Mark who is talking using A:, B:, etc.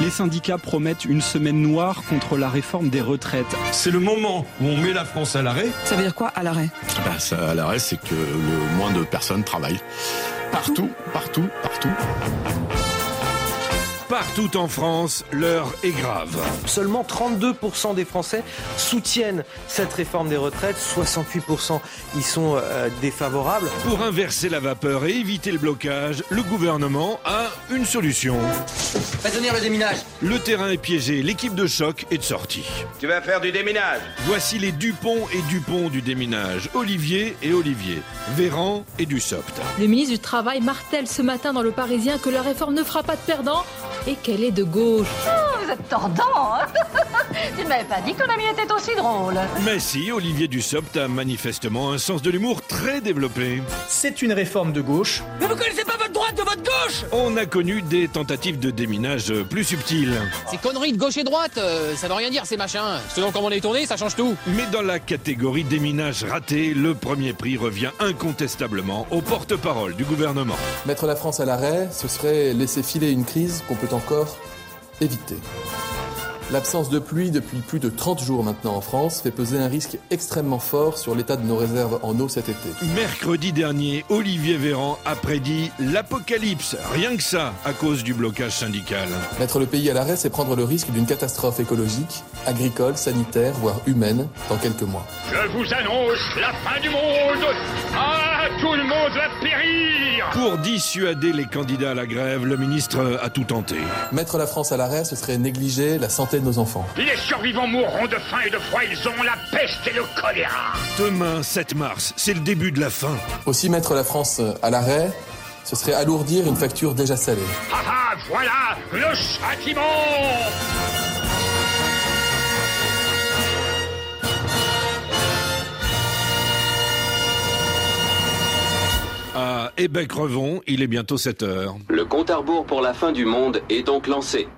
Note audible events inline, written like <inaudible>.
A: Les syndicats promettent une semaine noire contre la réforme des retraites.
B: C'est le moment où on met la France à l'arrêt.
C: Ça veut dire quoi à l'arrêt
D: Bah, ça, à l'arrêt, c'est que le moins de personnes travaillent. Partout, partout, partout.
B: Partout en France, l'heure est grave.
E: Seulement 32% des Français soutiennent cette réforme des retraites, 68% y sont euh, défavorables.
B: Pour inverser la vapeur et éviter le blocage, le gouvernement a une solution.
F: Fais tenir le déminage.
B: Le terrain est piégé, l'équipe de choc est de sortie.
G: Tu vas faire du déminage.
B: Voici les Dupont et Dupont du déminage, Olivier et Olivier, Véran et Dussopt.
H: Le ministre du Travail martèle ce matin dans Le Parisien que la réforme ne fera pas de perdants et qu'elle est de gauche.
I: Oh, vous êtes tordant, hein <laughs> Tu ne m'avais pas dit que ton ami était aussi drôle.
B: Mais si, Olivier Dussopt a manifestement un sens de l'humour très développé.
J: C'est une réforme de gauche.
K: Mais vous connaissez pas votre droite de votre gauche
B: On a connu des tentatives de déminage plus subtiles.
L: Ces conneries de gauche et droite, euh, ça veut rien dire ces machins. Selon comment on est tourné, ça change tout.
B: Mais dans la catégorie déminage raté, le premier prix revient incontestablement au porte-parole du gouvernement.
M: Mettre la France à l'arrêt, ce serait laisser filer une crise qu'on peut encore éviter. L'absence de pluie depuis plus de 30 jours maintenant en France fait peser un risque extrêmement fort sur l'état de nos réserves en eau cet été.
B: Mercredi dernier, Olivier Véran a prédit l'apocalypse, rien que ça, à cause du blocage syndical.
M: Mettre le pays à l'arrêt, c'est prendre le risque d'une catastrophe écologique, agricole, sanitaire, voire humaine, dans quelques mois.
N: Je vous annonce la fin du monde Ah, tout le monde va périr
B: Pour dissuader les candidats à la grève, le ministre a tout tenté.
M: Mettre la France à l'arrêt, ce serait négliger la santé de nos enfants.
N: Les survivants mourront de faim et de froid, ils ont la peste et le choléra.
B: Demain, 7 mars, c'est le début de la fin.
M: Aussi mettre la France à l'arrêt, ce serait alourdir une facture déjà salée.
N: Ah ah, voilà le châtiment
B: À Ébec-Revon, il est bientôt 7 heures.
O: Le compte à rebours pour la fin du monde est donc lancé.